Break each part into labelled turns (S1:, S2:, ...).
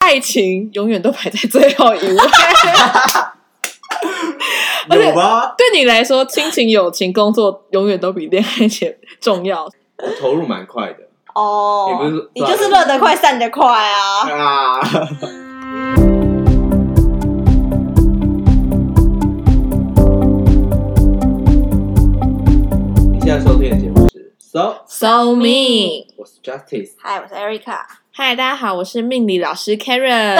S1: 爱情永远都排在最后 一位。而且
S2: 有吗？
S1: 对你来说，亲情、友情、工作永远都比恋爱前重要。
S2: 我投入蛮快的也不
S3: 哦
S2: 是，
S3: 你就是乐得快，散得快啊！
S2: 啊。你现在收听的节目是 So，
S1: So me，
S2: 我是 Justice。
S3: 嗨，我是 Erica，
S1: 嗨，大家好，我是命理老师 Karen。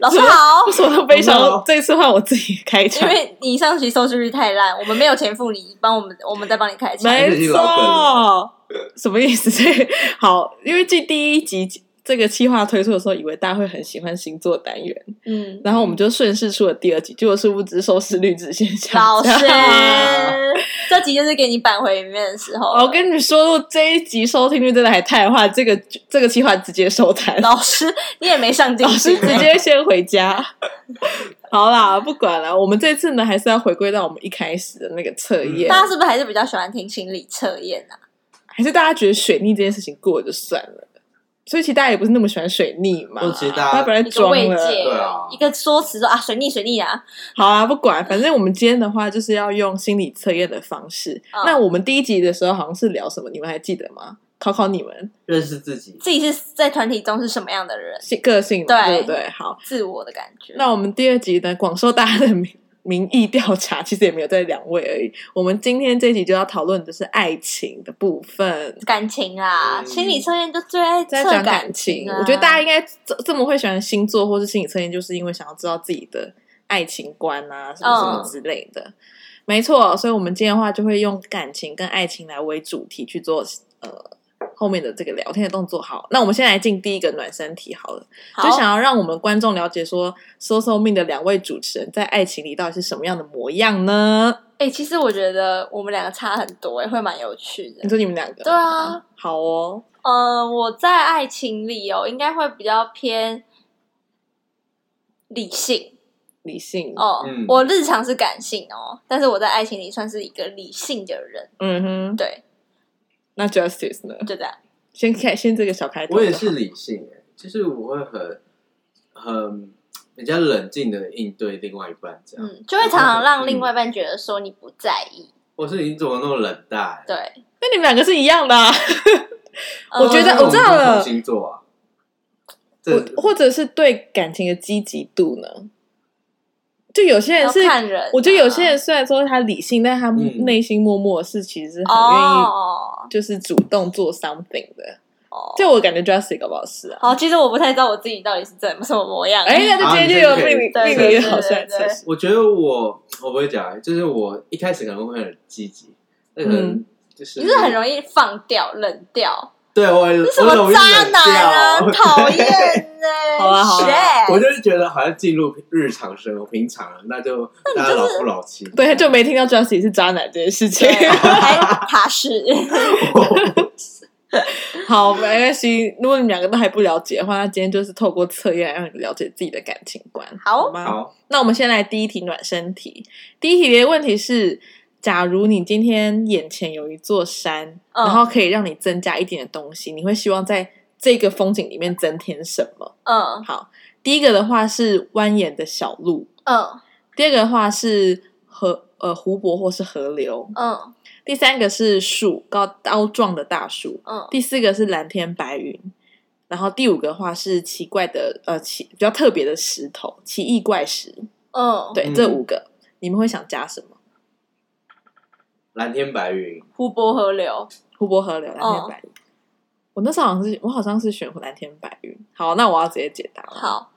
S3: 老师好
S1: 为。什么都悲
S2: 我没有
S1: 伤？这次换我自己开
S3: 因
S1: 场，
S3: 为你上期收视率太烂，我们没有钱付你，帮我们，我们再帮你开启。
S2: 还是
S1: 没
S2: 你老梗
S1: 错。什么意思？ 好，因为这第一集这个计划推出的时候，以为大家会很喜欢星座单元，
S3: 嗯，
S1: 然后我们就顺势出了第二集，结果殊不知收视率直线下降。
S3: 老师， 这集就是给你扳回面的时候了。
S1: 我跟你说，如果这一集收听率真的还太坏，这个这个计划直接收摊，
S3: 老师，你也没上进
S1: 老师
S3: 心，
S1: 直接先回家。好啦，不管了，我们这次呢还是要回归到我们一开始的那个测验，
S3: 嗯大家是不是还是比较喜欢听心理测验啊？
S1: 还是大家觉得水逆这件事情过了就算了。所以其实大家也不是那么喜欢水逆嘛，
S2: 我其实大家
S1: 他本来
S3: 一个
S1: 装
S3: 慰
S1: 了。
S3: 藉
S2: 对啊，
S3: 一个说辞说啊，水逆水逆啊，
S1: 好啊，不管，反正我们今天的话就是要用心理测验的方式。
S3: 嗯
S1: 那我们第一集的时候好像是聊什么，你们还记得吗？考考你们
S2: 认识自己，
S3: 自己是在团体中是什么样的人，
S1: 性个性嘛，
S3: 对
S1: 对不对？好，
S3: 自我的感觉。
S1: 那我们第二集呢，广受大家的民民意调查，其实也没有在两位而已。我们今天这一集就要讨论的是爱情的部分，
S3: 感情啊，
S2: 嗯
S3: 心理测验就最爱测
S1: 在讲
S3: 感
S1: 感情。
S3: 啊
S1: 我觉得大家应该这这么会喜欢星座或是心理测验，就是因为想要知道自己的爱情观啊，什么什么
S3: 嗯
S1: 之类的。没错，所以我们今天的话就会用感情跟爱情来为主题去做呃。后面的这个聊天的动作好，那我们先来进第一个暖身题好了。
S3: 好
S1: 就想要让我们观众了解说，So So 命的两位主持人在爱情里到底是什么样的模样呢？
S3: 哎、其实我觉得我们两个差很多、哎，会蛮有趣
S1: 你
S3: 的。
S1: 说你们两个？
S3: 对啊，
S1: 好哦，
S3: 呃，我在爱情里哦，应该会比较偏理性
S1: 理性，
S3: 哦。
S2: 嗯
S3: 我日常是感性哦，但是我在爱情里算是一个理性的人。
S1: 嗯哼，
S3: 对，
S1: 那 Justice 呢？
S3: 就这样。
S1: 先开先这个小开头，
S2: 我也是，理性哎，就是我会很很比较冷静的应对另外一半这样。
S3: 嗯，就会常常让另外一半觉得说你不在意。
S2: 我是你怎么那么冷淡？
S3: 对，呃
S1: 那你们两个是一样的、啊，我觉得
S2: 那
S1: 呃我
S2: 们
S1: 知道
S2: 是什么
S1: 了
S2: 星座啊，这
S1: 我或者是对感情的积极度呢？就有些人
S3: 要
S1: 是，
S3: 看人啊、
S1: 我觉得有些人虽然说他理性，但他
S2: 嗯
S1: 内心默默是其实是很愿意，
S3: 哦
S1: 就是主动做 something 的。
S3: 哦，
S1: 就我感觉 Justice 搞不好是啊。
S3: 好，其实我不太知道我自己到底是怎么什么模样。
S1: 哎、那就今天就有命理
S3: 啊你
S1: 命理
S3: 这个可以
S1: 老师来
S3: 对对对
S1: 测试。
S2: 我觉得我我不会讲，就是我一开始可能会很积极，那可能就是
S3: 嗯你是很容易放掉、冷掉，
S2: 对我
S3: 这是什
S2: 我容
S3: 么
S2: 易
S3: 渣
S2: 冷
S3: 男啊？
S2: 掉
S3: 讨厌哎！
S1: 好啊好啊
S3: Shit
S2: 我就是觉得好像进入日常生活平常了，那就大家老夫老妻。
S1: 对，就没听到 Justin 是渣男这件事情。
S3: 对哎，他是
S1: 好，没关系。如果你们两个都还不了解的话，那今天就是透过测验来让你了解自己的感情观，
S3: 好
S1: 吗？
S2: 好，
S1: 那我们先来第一题暖身题。第一题的问题是：假如你今天眼前有一座山，
S3: 嗯
S1: 然后可以让你增加一点的东西，你会希望在这个风景里面增添什么？
S3: 嗯
S1: 好，第一个的话是蜿蜒的小路，
S3: 嗯
S1: 第二个的话是河呃湖泊或是河流，
S3: 嗯
S1: 第三个是树高高壮的大树，
S3: 嗯，
S1: 第四个是蓝天白云，然后第五个的话是奇怪的呃奇比较特别的石头，奇异怪石。
S3: 嗯，
S1: 对，
S2: 嗯
S1: 这五个你们会想加什么？
S2: 蓝天白云，
S3: 湖泊河流，
S1: 湖泊河流、蓝天白云。我那时候好像是我好像是选蓝天白云。好，那我要直接解答了。
S3: 好，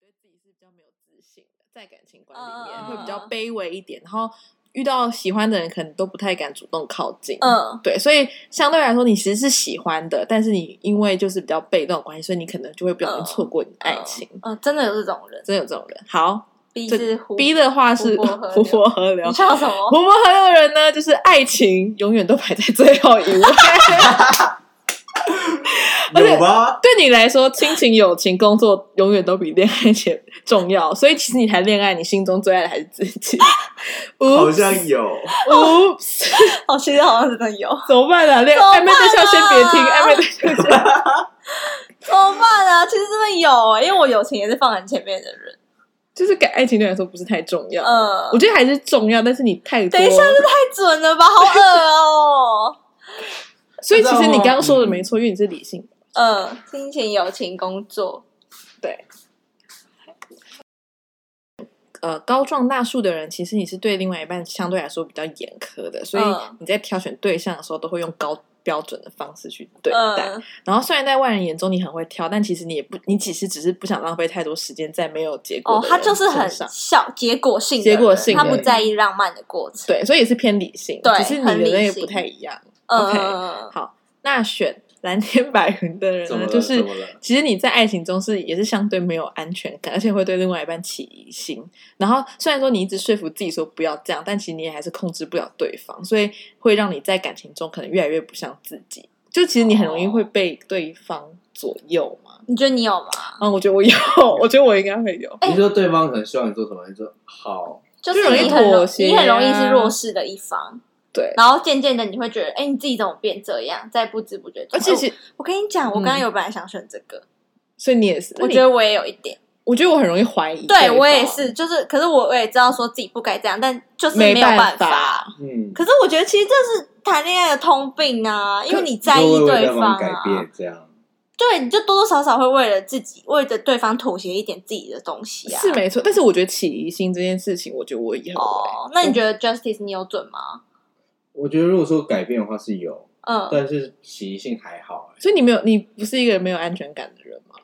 S1: 对自己是比较没有自信的，在感情观
S3: 嗯
S1: 里
S3: 嗯
S1: 面
S3: 嗯
S1: 会比较卑微一点，然后遇到喜欢的人可能都不太敢主动靠近。，
S3: 嗯
S1: 对，所以相对来说，你其实是喜欢的，但是你因为就是比较被动的关系，所以你可能就会不小心错过你的爱情。
S3: 嗯，真的有这种人
S1: 真的有这种人。好
S3: ，B
S1: 这
S3: 是湖
S1: ，B 的话是
S3: 湖泊河流
S1: 湖泊河流
S3: 你。叫什
S1: 湖
S3: 么？
S1: 泊河流的人呢，就是爱情永远都排在最后一位，而且
S2: 有吧？
S1: 对你来说，亲情、友情、工作永远都比恋爱前重要，所以其实你谈恋爱，你心中最爱的还是自己。
S2: 好
S1: 呜
S2: 像有，
S1: 呜，
S3: 哦，其实好像真的有，
S1: 怎么办啊？恋
S3: 怎么
S1: 暧
S3: 办啊
S1: 昧对象先别听，暧昧对象先
S3: 怎么办啊？其实真的有、欸，因为我友情也是放很前面的人。
S1: 就是给爱情对你来说不是太重要。
S3: 嗯
S1: 我，觉得还是重要，但是你太多
S3: 等一下，这太准了吧，好恶哦。
S1: 所以其实你刚刚说
S2: 嗯
S1: 的没错，因为你是理性。
S3: 嗯，亲情、友情、工作，
S1: 呃，高壮大树的人，其实你是对另外一半相对来说比较严苛的，所以
S3: 嗯
S1: 你在挑选对象的时候都会用高标准的方式去对待。
S3: 嗯
S1: 然后虽然在外人眼中你很会挑，但其实你也不，你其实只是不想浪费太多时间在没有结果
S3: 哦，
S1: 的
S3: 他就是
S1: 人
S3: 很
S1: 身上
S3: 效结果性的人，
S1: 结果性的
S3: 他不
S1: 人
S3: 在意浪漫的过程。
S1: 对，所以也是偏理性，
S3: 对
S1: 只是你
S3: 很
S1: 的那
S3: 理
S1: 也
S3: 性
S1: 不太一样。
S3: 嗯
S1: OK
S3: 嗯，嗯
S1: 好，那选蓝天白云的人
S2: 怎么
S1: 呢，
S2: 了？
S1: 就是
S2: 怎么了？
S1: 其实你在爱情中是也是相对没有安全感，而且会对另外一半起疑心。然后虽然说你一直说服自己说不要这样，但其实你也还是控制不了对方，所以会让你在感情中可能越来越不像自己。就其实你很容易会被对方左右嘛。
S3: 你觉得你有吗？
S1: 嗯，我觉得我有， 我觉得我应该会有。
S3: 哎
S2: 你说对方可能希望你做什么，你说好，
S3: 就
S1: 就容
S3: 是
S1: 易
S3: 你很容
S1: 妥协啊
S3: 你很容易是弱势的一方，
S1: 对，
S3: 然后渐渐的你会觉得，哎，你自己怎么变这样？在不知不觉中，
S1: 而且
S3: 哎
S1: 其
S3: 我我跟你讲，我刚刚有本来想选这个，
S1: 所以你也是，
S3: 我
S1: 那你
S3: 觉得我也有一点，
S1: 我觉得我很容易怀疑。
S3: 对我也，是，就是，可是我我也知道说自己不该这样，但就是
S1: 没
S3: 没有
S1: 办
S3: 办
S1: 法
S2: 嗯，
S3: 可是我觉得其实这是谈恋爱的通病啊，因为你在
S2: 你
S3: 意
S2: 说为了对
S3: 方
S2: 改
S3: 啊，
S2: 变这样，
S3: 对，你就多多少少会为了自己，为着对方妥协一点自己的东西啊。
S1: 是没错。但是我觉得起疑心这件事情，我觉得我也有、
S3: 哦，那你觉得 Justice 你有准吗？
S2: 我觉得如果说改变的话是有，
S3: 嗯，
S2: 但是习性还好、欸。
S1: 所以你没有，你不是一个没有安全感的人 吗？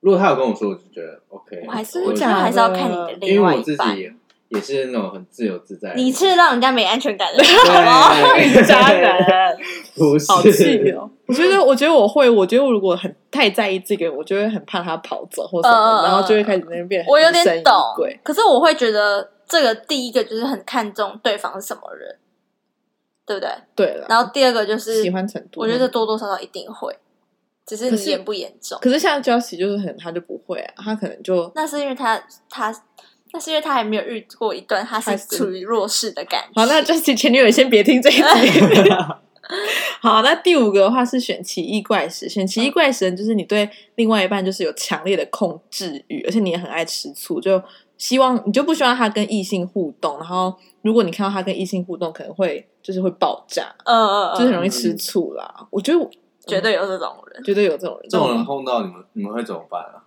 S2: 如果他有跟我说，我就觉得 OK。
S3: 我还是
S1: 真的
S3: 我觉
S1: 假
S3: 得
S1: 的
S3: 还是要看你
S2: 因
S3: 的
S2: 为
S3: 另外
S2: 我
S3: 一
S2: 自
S3: 半
S2: 己。也也是那种很自由自在的人。
S3: 你是让人家没安全感的人，
S2: 对
S1: 渣男，
S2: 不是？
S1: 好气哦！ 我觉得，我觉得我会，我觉得我如果很太在意这个，我就会很怕他跑走或什么，
S3: 嗯嗯嗯嗯
S1: 然后就会开始那边变得很
S3: 我有
S1: 疑神疑
S3: 点懂
S1: 鬼。
S3: 可是我会觉得这个第一个就是很看重对方是什么人，对不对？
S1: 对了，
S3: 然后第二个就是
S1: 喜欢程度，
S3: 我觉得。多多少少一定会，只是
S1: 可
S3: 你
S1: 是
S3: 严不严重。
S1: 可是像 j o s 就是很，他就不会啊，他可能就
S3: 那是因为他他，那是因为他还没有遇过一段他
S1: 他
S3: 是
S1: 是
S3: 处于弱势的感觉。
S1: 好，那 Justin 前女友先别听这一集。 好，那第五个的话是选奇异怪石，选奇异怪石人就是你对另外一半就是有强烈的控制欲，而且你也很爱吃醋，就希望你就不希望他跟异性互动，然后如果你看到他跟异性互动，可能会就是会爆炸，
S3: 嗯嗯
S1: 就是很
S3: 嗯，
S1: 容易吃醋啦。我觉得我
S3: 绝对有这种人，
S1: 绝对有这种人，
S2: 这种人碰到你们，你们会怎么办啊？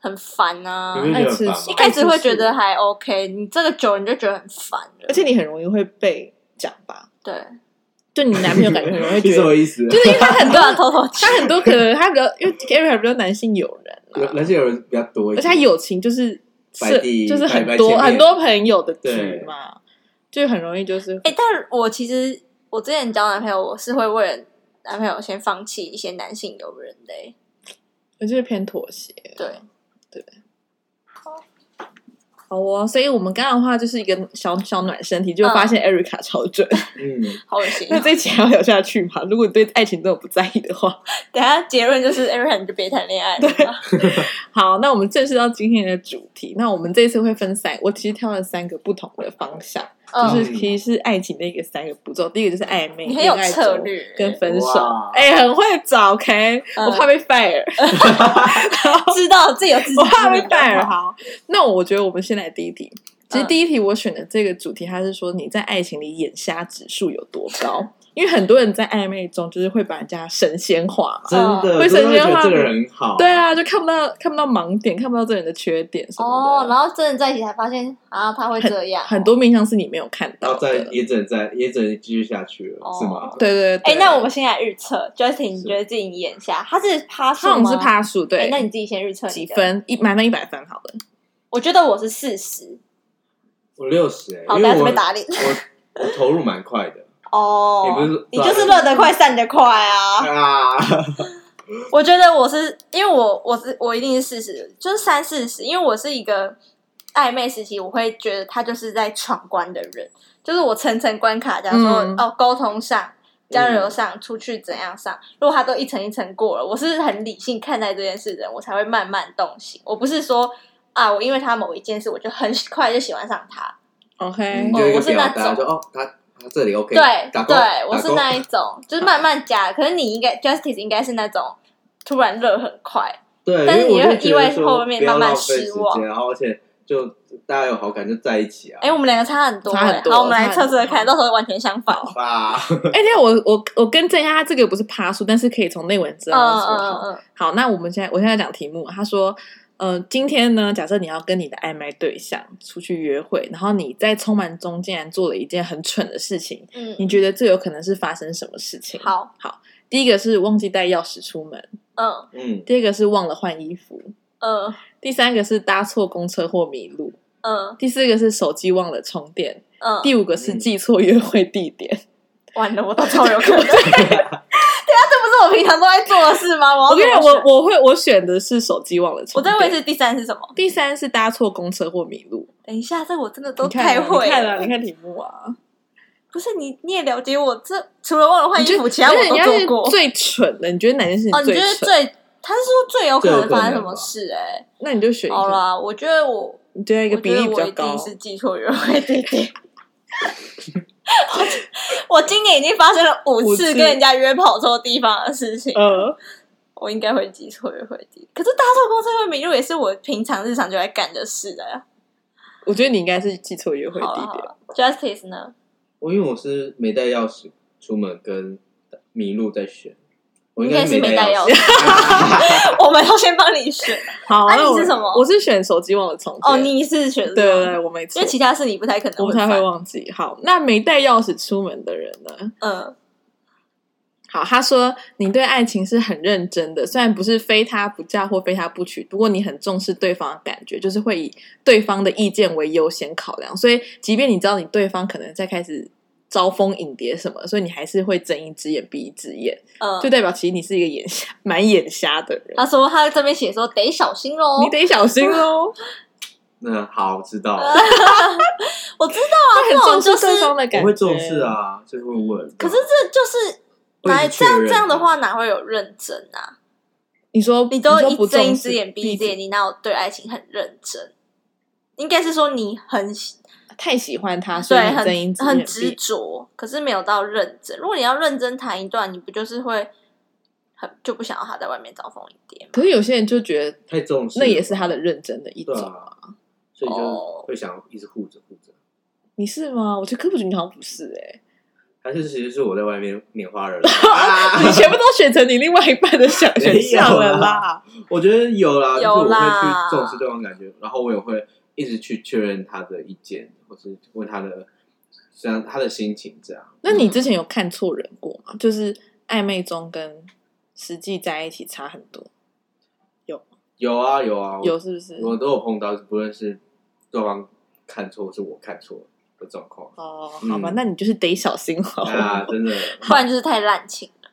S3: 很烦啊
S2: 你。会
S1: 爱
S2: 觉得
S1: 吃
S2: 很烦
S1: 醋，
S2: 吗
S3: 一开始会觉得，还 OK，你这个久了你就觉得很烦了。
S1: 而且你很容易会被讲吧，
S3: 对，
S1: 就你男朋友感觉很 容易
S2: 你
S1: 觉
S2: 什
S1: 得，
S2: 么意思？
S1: 就是因为他很
S3: 很
S1: 多
S3: 多人偷偷讲
S1: 他很多可能他比较，因为 Gary 还比较男性友人、
S2: 有
S1: 啊，
S2: 而且有人比较多一
S1: 而且
S2: 点，
S1: 他友情就是
S2: 摆
S1: 是
S2: 第一
S1: 就是很
S2: 摆摆
S1: 多
S2: 前面
S1: 很多朋友的局
S2: 对
S1: 嘛，就很容易就是
S3: 哎、 但我其实我之前交男朋友，我是会为了男朋友先放弃一些男性友人的、欸。
S1: 我就是偏妥协。啊
S3: 对，
S1: 好哦，所以我们刚刚的话就是一个小小暖身题，就
S3: 嗯
S1: 发现 Erica 超准。
S2: 嗯，
S3: 好恶心哦、
S1: 那这一集还要聊下去吗？如果你对爱情真的不在意的话，
S3: 等一下结论就是 Aaron 你就别谈恋 爱了吧。
S1: 好，那我们正式到今天的主题。那我们这一次会分三，我其实挑了三个不同的方向，就
S3: 嗯，
S1: 是其实是爱情的一个三个步骤。第一个就是暧昧，
S3: 你很有
S1: 恋爱
S3: 策
S1: 中
S3: 略
S1: 跟分手。
S2: 哇
S1: 哎、很会找 OK，、
S3: 嗯
S1: 我怕被 fire。
S3: 知道自己有自己
S1: 我怕被 fire。
S3: 好。
S1: 好，那我觉得我们先来第一题。
S3: 嗯
S1: 其实第一题我选的这个主题，它是说你在爱情里眼瞎指数有多高？因为很多人在暧昧中就是会把人家神仙化嘛。
S2: 真
S3: 呃
S2: 的，
S1: 会
S2: 真的
S1: 神仙
S2: 觉
S1: 化
S2: 得这个人很好，
S1: 对，啊，就看不到看不到盲点，看不到这人的缺点什么
S3: 哦，
S1: 的。
S3: 然后真的在一起才发现啊，他会这样。
S1: 很多面向是你没有看
S2: 然
S1: 到
S2: 后再
S1: 的。
S2: 也只能再也只能继续下去了，
S3: 哦
S2: 是吗？
S1: 对对对。
S3: 哎、那我们先来预测，Justin，你
S2: 是
S3: 觉得自己眼瞎，他是趴
S1: 他
S3: 数
S1: 我
S3: 吗？
S1: 们是。趴数，
S3: 哎、
S1: 对。
S3: 那你自己先预测你
S1: 几
S3: 的？
S1: 分？一满分一百分好了。
S3: 我觉得我是四十。
S2: 我六十，哎
S3: 好，
S2: 因
S3: 大家
S2: 为
S3: 准
S2: 我
S3: 备打脸。
S2: 我我投入蛮快 的
S3: 哦，
S2: 也不是
S3: 你就是乐得快，散得快啊。
S2: 啊，
S3: 我觉得我是因为我我是我一定是四十，就是三四十，因为我是一个暧昧时期，我会觉得他就是在闯关的人，就是我层层关卡，假如说、
S1: 嗯
S3: 哦沟通上交流上、出去怎样上，如果他都一层一层过了，我是很理性看待这件事的人，我才会慢慢动心。我不是说啊，我因为他某一件事，我就很快就喜欢上他。
S1: OK，
S2: 就一
S3: 哎我
S2: 个
S3: 是那
S2: 表达
S3: 种
S2: 就哦，他他这里 OK，
S3: 对
S2: 打勾
S3: 对，我是那一
S2: 打勾
S3: 种，就是慢慢加。可是你应该 Justice 应该是那种突然热很快，
S2: 对，
S3: 但是
S2: 因为
S3: 你
S2: 我
S3: 会
S2: 就觉得
S3: 意外
S2: 说
S3: 后面
S2: 不要
S3: 慢慢
S2: 浪费
S3: 失
S2: 时
S3: 望
S2: 间然后而且就大家有好感就在一起啊。
S3: 哎、我们两个差很多、
S1: 差很多
S3: 好，我们来
S1: 差
S3: 测
S1: 很多
S3: 测看，到时候完全相反。
S2: 哇，
S1: 哎，那我我我更正一下，他这个不是爬树，但是可以从内文知
S3: 嗯
S1: 道是啊什么
S3: 嗯嗯，
S1: 好，那我们现在我现在讲题目，他说，呃，今天呢，假设你要跟你的暧昧对象出去约会，然后你在匆忙中竟然做了一件很蠢的事情，
S3: 嗯
S1: 你
S3: 嗯，
S1: 觉得最有可能是发生什么事情？，
S3: 好，
S1: 第一个是忘记带钥匙出门，
S3: 嗯
S2: 嗯，
S1: 第二个是忘了换衣服，
S3: 嗯
S1: 第三个是搭错公车或迷路，
S3: 嗯
S1: 第四个是手机忘了充电，
S3: 嗯，
S1: 第五个是记错约会地点。
S3: 完了，我都超 有可能。对啊，这不是我平常都在做的事吗？我
S1: 我跟你
S3: 要
S1: 讲，
S3: 怎么选
S1: 我我会我选的是手机忘了
S3: 我
S1: 充
S3: 这
S1: 电。
S3: 位是第三是什么？
S1: 第三是搭错公车或迷路，
S3: 等一下，这我真的都
S1: 你看
S3: 太
S1: 啊
S3: 会
S1: 你看
S3: 了。
S1: 啊，你看题目啊。
S3: 不是你，你也了解我，这除了忘了换
S1: 你
S3: 衣
S1: 觉得
S3: 服，其他我
S1: 你觉得人
S3: 都
S1: 家
S3: 做
S1: 是
S3: 过。
S1: 最蠢的，你觉得哪件事情
S3: 哦，你
S1: 最
S3: 觉得
S1: 蠢？
S3: 最？他是说最有可能发生什么事、
S1: 那你就选
S3: 哎，
S1: 一
S3: 好
S1: 个，
S3: 啦，我觉得我，
S1: 你觉得一
S3: 我
S1: 个比
S3: 觉得
S1: 例比
S3: 我
S1: 较
S3: 一
S1: 高
S3: 定。是记错约会地点。 我我今年已经发生了五
S1: 五
S3: 次
S1: 次
S3: 跟人家约跑错地方的事情，
S1: 呃，
S3: 我应该会记错约会地点。可是搭错公车会迷路也是我平常日常就在干的事的呀。
S1: 我觉得你应该是记错约会
S3: 好了
S1: 地
S3: 好
S1: 点。
S3: 了，Justice 呢？
S2: 我因为我是没带钥匙出门，跟迷路在选，我
S3: 应
S2: 应
S3: 该
S2: 该
S3: 是没
S2: 没
S3: 带
S2: 带
S3: 钥
S2: 匙。
S3: 我们要先帮你选
S1: 好，
S3: 啊
S1: 那
S3: 你
S1: 我
S3: 是什么
S1: 我是选手机忘了充电。
S3: 哦，你是选
S1: 对
S3: 这个
S1: 对对，我没
S3: 因
S1: 错
S3: 为，其他事你不太可能，
S1: 我不太会。忘记。好，那没带钥匙出门的人呢？
S3: 嗯，
S1: 好，他说你对爱情是很认真的，虽然不是非他不嫁或非他不娶，不过你很重视对方的感觉，就是会以对方的意见为优先考量。所以，即便你知道你对方可能在开始招蜂引蝶什么，所以你还是会睁一只眼闭一只眼，
S3: 嗯
S1: 就代表其实你是一个眼瞎蛮眼瞎的人，
S3: 他说他这边写说得小心喽。
S1: 你得小心哦。
S2: 那好，知道了，
S3: 呃我知道啊，
S1: 他很
S3: 这种
S1: 重
S3: 就
S1: 视对
S3: 是，
S1: 方的感觉，
S2: 我会重视。啊，就会问。
S3: 可是这就是
S2: 会
S3: 哪
S2: 一直
S3: 这样
S2: 确认
S3: 这样的话哪会有认真啊？
S1: 你说
S3: 你都
S1: 说
S3: 一
S1: 不
S3: 睁一
S1: 重
S3: 只
S1: 视
S3: 眼闭一只眼，，你哪有对爱情很认真？应该是说你很喜
S1: 太喜欢他，啊所以
S3: 对
S1: 你睁一
S3: 很
S1: 只眼
S3: 很
S1: 闭
S3: 执着，可是没有到认真。如果你要认真谈一段，你不就是会很就不想要他在外面招蜂引蝶吗？
S1: 可是有些人就觉得
S2: 太重视了，
S1: 那也是他的认真的一
S2: 对
S1: 种。
S2: 啊，所以
S3: 哦
S2: 就会想一直护着护着。
S1: 你是吗？我觉得科普君好像不是 哎、
S2: 还是其实是我在外面拈花惹
S1: 你
S2: 草。啊
S1: 全部都选成你另外一半的小选项了啦。
S2: 我觉得有啦，就是
S3: 有
S2: 我
S3: 啦
S2: 会去重视对方的感觉，然后我也会一直去确认他的意见，或是问他的，这样他的心情这样。
S1: 那你之前有看错人过吗？就是暧昧中跟实际在一起差很多，
S2: 有啊有啊，我
S1: 有是不是？
S2: 我都有碰到，不论是对方看错，或是我看错的状况
S1: 哦，好吧，
S2: 嗯
S1: 那你就是得小心
S3: 哦
S1: 好
S2: 啊，真的
S3: 不然就是太滥情了，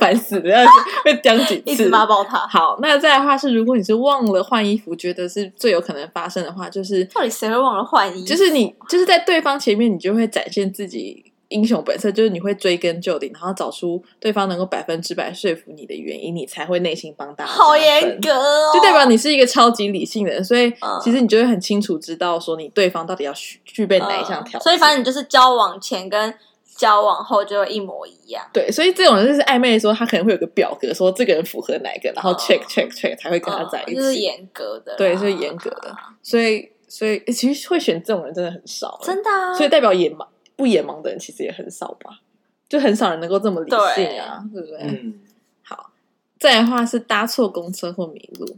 S1: 烦死了，要是被讲几
S3: 一
S1: 次
S3: 直。骂爆他。
S1: 好，那再来的话是，如果你是忘了换衣服，觉得是最有可能发生的话，就是
S3: 到底谁会忘了换衣服？
S1: 就是你就是在对方前面，你就会展现自己英雄本色，就是你会追根究底，然后找出对方能够百分之百说服你的原因，你才会内心帮大家
S3: 好
S1: 加
S3: 严
S1: 分
S3: 格哦，
S1: 就代表你是一个超级理性的人，所以
S3: 嗯
S1: 其实你就会很清楚知道说你对方到底要具具备哪一项条件、
S3: 嗯所以反正你就是交往前跟交往后就会一模一样。
S1: 对，所以这种人就是暧昧的时候，他可能会有个表格说这个人符合哪一个，然后
S3: 嗯
S1: check check check 才会跟他在一
S3: 嗯就是
S1: 起。
S3: 严格的啦，
S1: 对，是严格的，所以所以诶其实会选这种人真的很少、欸
S3: 真的啊。
S1: 所以代表眼盲不眼盲的人其实也很少吧，就很少人能够这么理性啊，对不对？
S2: 嗯，
S1: 好，再来的话是搭错公车或迷路。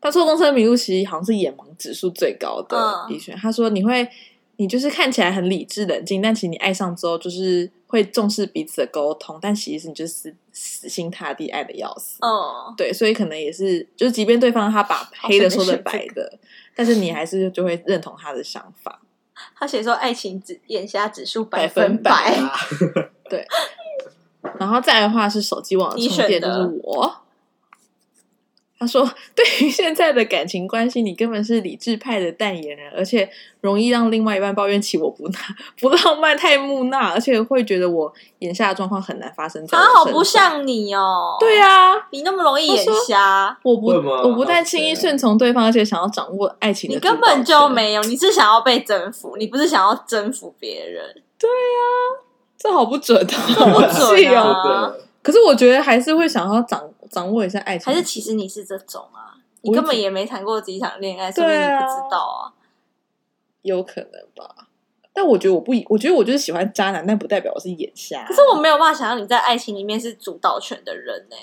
S1: 搭错公车迷路其实好像是眼盲指数最高的
S3: 嗯
S1: 李轩，他说你会，你就是看起来很理智冷静，但其实你爱上之后就是会重视彼此的沟通，但其实你就是死死心塌地爱的要死。
S3: 嗯，
S1: 对，所以可能也是，就是即便对方他把黑的说的白的，但是你还是就会认同他的想法。
S3: 他写说爱情指眼瞎指数
S1: 百
S3: 分
S1: 分百
S3: 百，
S2: 啊
S1: 然后再来的话是手机忘了
S3: 你
S1: 充电，
S3: 选
S1: 就
S3: 的
S1: 是我。他说：“对于现在的感情关系，你根本是理智派的代言人，而且容易让另外一半抱怨起我不纳、 不浪漫、太木讷，而且会觉得我眼下的状况很难发生在我
S3: 他啊好
S1: 身
S3: 不
S1: 上。
S3: 像你哦。
S1: 对啊，
S3: 你那么容易眼
S1: 他说
S3: 瞎，
S1: 我不
S2: 会吗
S1: 我不但轻易顺从对方，而且想要掌握爱情的
S3: 你
S1: 主导
S3: 根
S1: 权，
S3: 本就没有，你是想要被征服，你不是想要征服别人。
S1: 这好不准
S3: 不
S1: 哦，
S3: 准 啊
S1: 气哦。
S2: 对
S1: 可是我觉得还是会想要掌掌握一下爱情，
S3: 还是其实你是这种啊？你
S1: 我
S3: 根本
S1: 只
S3: 也没谈过几场恋爱，所以
S1: 对
S3: 你
S1: 啊
S3: 不知道啊。
S1: 有可能吧。但我觉得我不，我觉得我就是喜欢渣男，但不代表我是眼瞎。
S3: 可是我没有办法想象你在爱情里面是主导权的人呢、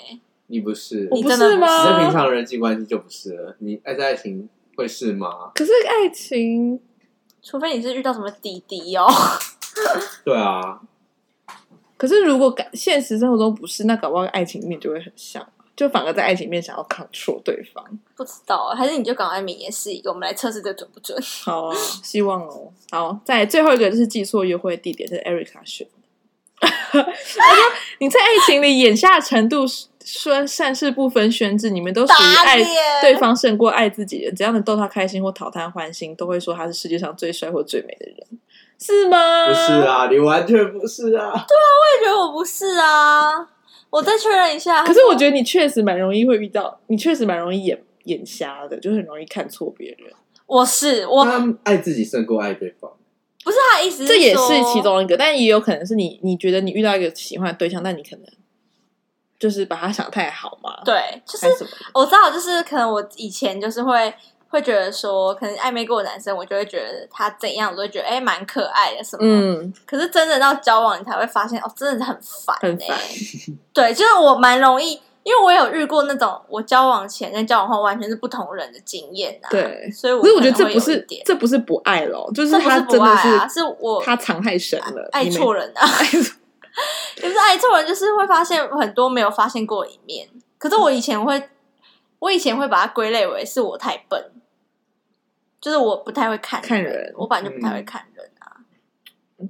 S2: 你不是，
S1: 我
S2: 你
S3: 你
S1: 不
S3: 真的
S1: 是
S3: 不
S2: 在平
S1: 吗？
S2: 常人际关系就不是了。你爱在爱情会是吗？
S1: 可是爱情，
S3: 除非你是遇到什么弟弟哦，
S2: 对啊，
S1: 可是如果感现实生活中不是，那搞不好爱情面就会很像，就反而在爱情面想要 control 对方。
S3: 不知道啊、还是你就赶快明年试一个，我们来测试这准不准。
S1: 好啊， 希望哦。好，再来最后一个就是记错约会地点，这是 Erica 选的。 他说：“你在爱情里眼下程度说善事不分轩制，你们都属于
S3: 打
S1: 爱
S3: 脸
S1: 对方胜过爱自己人，只要能逗他开心或讨他欢心，都会说他是世界上最帅或最美的人，是吗？
S2: 不是，啊，你完全不是啊。
S3: 我也觉得我不是啊，我再确认一下。
S1: 可是我觉得你确实蛮容易会遇到，你确实蛮容易眼眼瞎的，就很容易看错别人。
S3: 我是我，
S2: 他爱自己胜过爱对方，
S3: 不是他的意思，
S1: 这也是其。中一个，但也有可能是你你觉得你遇到一个喜欢的对象，但你可能就是把他想太好嘛，
S3: 对，就是
S1: 还是什么的？
S3: 我知道，就是可能我以前就是会会觉得说，可能暧昧过的男生，我就会觉得他怎样，我都会觉得哎蛮、可爱的什么。
S1: 嗯，
S3: 可是真的到交往，你才会发现哦，真的是很烦、欸，
S1: 很烦。
S3: 对，就是我蛮容易，因为我有遇过那种我交往前跟交往后完全是不同人的经验啊。
S1: 对
S3: 所以我
S1: 可是我
S3: 可
S1: 觉
S3: 能
S1: 得这
S3: 会
S1: 不
S3: 有一
S1: 是
S3: 点
S1: 这不是不爱咯，就是
S3: 这不
S1: 他
S3: 是
S1: 真
S3: 不
S1: 的
S3: 爱啊，是我
S1: 他藏太深了，
S3: 爱
S1: 你没
S3: 错人啊，也不是爱错人， 就是会发现很多没有发现过的一面。可是我以前会，我以前会把它归类为是我太笨，就是我不太会看
S1: 看人
S3: 我本来就不太会看人啊，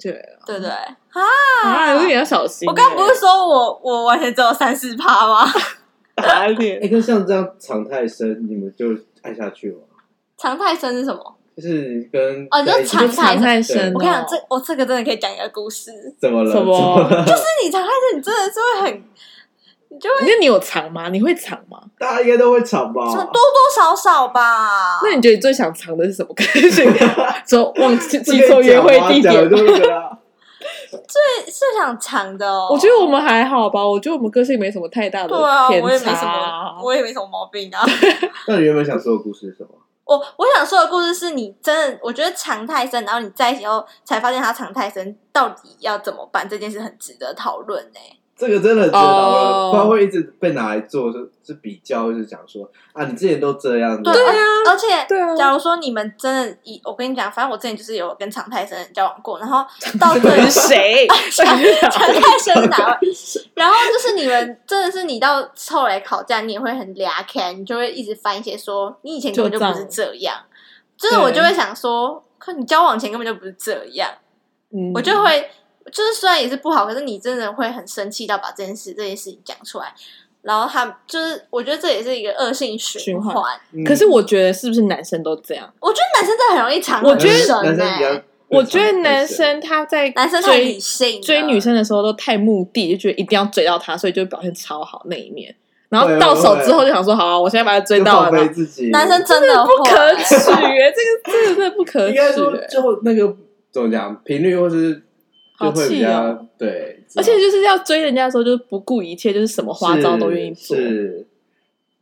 S1: 对
S3: 对不对？啊，
S1: 啊，有点要小心欸。
S3: 我刚 不是说我我完全只有三四趴吗？
S1: 打
S2: 哎，
S1: 脸，
S2: 跟像这样藏太深，你们就爱下去了。
S3: 常态生是什么？
S2: 就是跟
S3: 哦你说
S2: 在一起
S3: 藏
S1: 就藏太
S2: 对
S1: 深哦。
S3: 我跟你讲，这我这个真的可以讲一个故事。
S2: 怎么了？
S1: 什
S2: 怎么
S1: 么？
S2: 了
S3: 但是你常开始，你真的是会很，你就会
S1: 那你有藏吗？你会藏吗？
S2: 大家应该都会藏吧？
S3: 多多少少吧。
S1: 那你觉得你最想藏的是什么？跟 谁 说忘记
S2: 这
S1: 记
S2: 个
S1: 错约会
S2: 讲吗
S1: 地点
S2: 讲？就那个啦。
S3: 是是想藏的哦。
S1: 我觉得我们还好吧，我觉得我们个性没什么太大的
S3: 对啊，我
S1: 偏
S3: 也没什
S1: 差
S3: 么，。我也没什么毛病啊。
S2: 那你原本想说的故事是什么？
S3: 我我想说的故事是你真的，我觉得常态生，然后你在一起后才发现他常态生到底要怎么办，这件事很值得讨论欸呢。
S2: 这个真的很值得讨
S1: 哦
S2: 论，不然会一直被拿来做，就是比较，就是讲说啊，你之前都这样子，
S1: 对啊，
S3: 而且，
S1: 对啊
S3: 假如说你们真的以，我跟你讲，反正我之前就是有跟常态生交往过，然后到 最
S1: 是谁？
S3: 常态生是哪位？然后就是你们真的是你到后来吵架，你也会很俩开，你就会一直翻一些说你以前根本就不是这样。就是我就会想说，可你交往前根本就不是这样，
S1: 嗯
S3: 我就会就是虽然也是不好，可是你真的会很生气到把这件事这件事情讲出来。然后他就是，我觉得这也是一个恶性循
S1: 循环
S3: 环。
S2: 嗯
S1: 可是我觉得是不是男生都这样？
S3: 我觉得男生真的很容易藏
S1: 我
S3: 很
S1: 觉得
S3: 深
S2: 男生比
S3: 欸
S2: 较，
S1: 我觉得男生他在
S3: 男生太理
S1: 追
S3: 性了，
S1: 追女生的时候都太目的，就觉得一定要追到她，所以就表现超好那一面。然后到手之后就想说，好、啊，我现在把她追
S2: 就
S1: 到了
S2: 放飞
S1: 吧，
S2: 自己，
S3: 男生真的
S1: 不可
S3: 会欸
S1: 取耶！这个这个真的不可
S2: 应
S1: 取
S2: 该说
S1: 耶，
S2: 就那个怎么讲频率，或是就
S1: 好
S2: 会比
S1: 气
S2: 较
S1: 哦！
S2: 对，
S1: 而且就是要追人家的时候，就是不顾一切，就是什么花招都愿意做
S2: 是。。是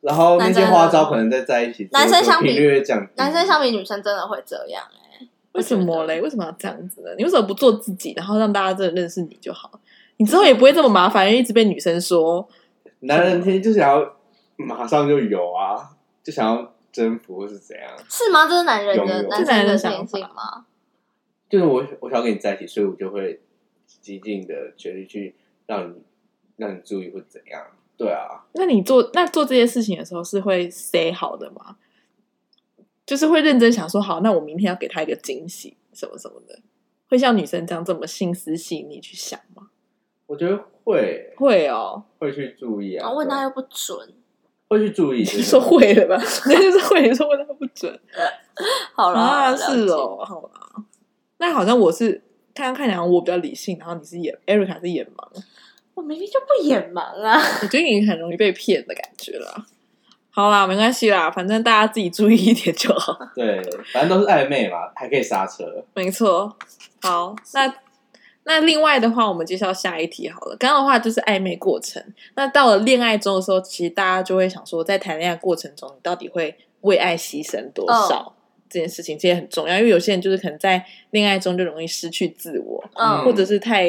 S2: 然后那些花招可能在在一起之后，
S3: 男生相比
S2: 就频率会降低，
S3: 男生相比女生真的会这样哎、
S1: 为什么嘞？为什么要这样子呢？你为什么不做自己，然后让大家真的认识你就好？你之后也不会这么麻烦，一直被女生说。
S2: 男人天就想要马上就有啊，就想要征服或是怎样。
S3: 是吗？这是男人
S2: 有
S3: 的
S2: 有
S1: 这男
S3: 男生
S1: 人
S3: 的
S1: 的想法
S3: 天性吗？
S2: 就是我我想跟你在一起，所以我就会极尽的全力去让你让你注意或怎样。对啊，
S1: 那你做那做这些事情的时候是会 say 好的吗？就是会认真想说，好，那我明天要给他一个惊喜，什么什么的，会像女生这样这么心思细腻去想吗？
S2: 我觉得会
S1: 会哦，
S2: 会去注意啊。
S3: 哦然后问他
S2: 对
S3: 又不准，
S2: 会去注意这
S1: 你
S2: 个。
S1: 说会了吧？ 那就是会，你说问他不准
S3: 好了，好
S1: 啊，
S3: 啦
S1: 是，
S3: 了解
S1: 哦，好啦。那好像我是看看起来我比较理性，然后你是眼，Erica 是眼盲，
S3: 我明明就不眼盲啊。
S1: 我觉得你很容易被骗的感觉啦。好啦，没关系啦，反正大家自己注意一点就好。
S2: 对，反正都是暧昧嘛，还可以刹车。
S1: 没错。好，那那另外的话，我们介绍下一题好了。刚刚的话就是暧昧过程，那到了恋爱中的时候，其实大家就会想说，在谈恋爱过程中，你到底会为爱牺牲多少？这件事情这也很重要，因为有些人就是可能在恋爱中就容易失去自我，
S3: 嗯，
S1: 或者是太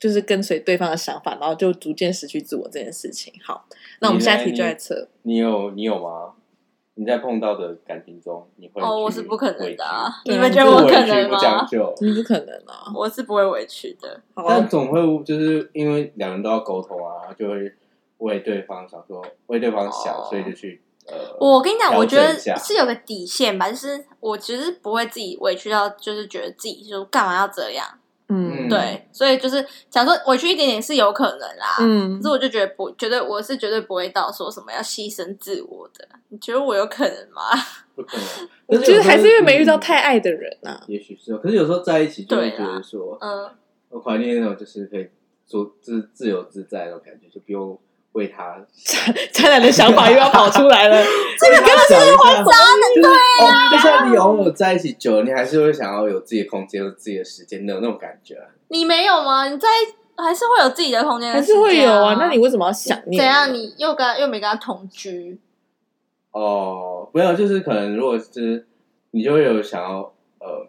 S1: 就是跟随对方的想法，然后就逐渐失去自我这件事情。好，那我们下一题就来测。
S2: 你有你有吗？你在碰到的感情中，你会
S3: 哦，我
S2: 去
S3: 是不可能的啊、
S1: 委屈
S3: 你们觉
S2: 委屈不
S3: 得我
S2: 委
S3: 可
S2: 屈
S3: 能
S2: 不讲
S3: 吗？
S2: 究，
S1: 你不可能啊！
S3: 我是不会委屈的。
S1: 好
S2: 但
S1: 啊，
S2: 总会就是因为两人都要沟通啊，就会为对方想说，为对方想，
S3: 哦
S2: 所以就去呃，
S3: 我跟你讲，
S2: 调
S3: 我觉得
S2: 整一下
S3: 是有个底线吧，就是我其实不会自己委屈到，就是觉得自己就干嘛要这样。
S1: 嗯，
S3: 对，所以就是想说委屈一点点是有可能啦。
S1: 嗯
S3: 可是我就觉得不，绝对我是绝对不会到说什么要牺牲自我的。你觉得我有可能吗？
S2: 不可能。
S1: 我
S2: 但是
S1: 觉
S2: 有
S1: 得
S2: 时候
S1: 还是因为没遇到
S2: 嗯
S1: 太啊爱的人啊。
S2: 也许是哦，可是有时候在一起就会
S3: 对
S2: 觉
S3: 啦
S2: 得说，
S3: 嗯，
S2: 我怀念那种就是可以做自自由自在的感觉，就不用为他
S1: 渣男的想法又要跑出 来了。
S2: 这个根本就是会
S1: 嗯啊
S2: 渣男对啊！就算你偶尔在一起久了，你还是会想要有自己的空间、有自己的时间的那种感觉啊。
S3: 你没有吗？你在还是会有自己的空间、
S1: 还是会有啊，那你为什么要想念？
S3: 怎样？你又跟他又没跟他同居？
S2: 哦，没有，就是可能如果是你就会有想要呃，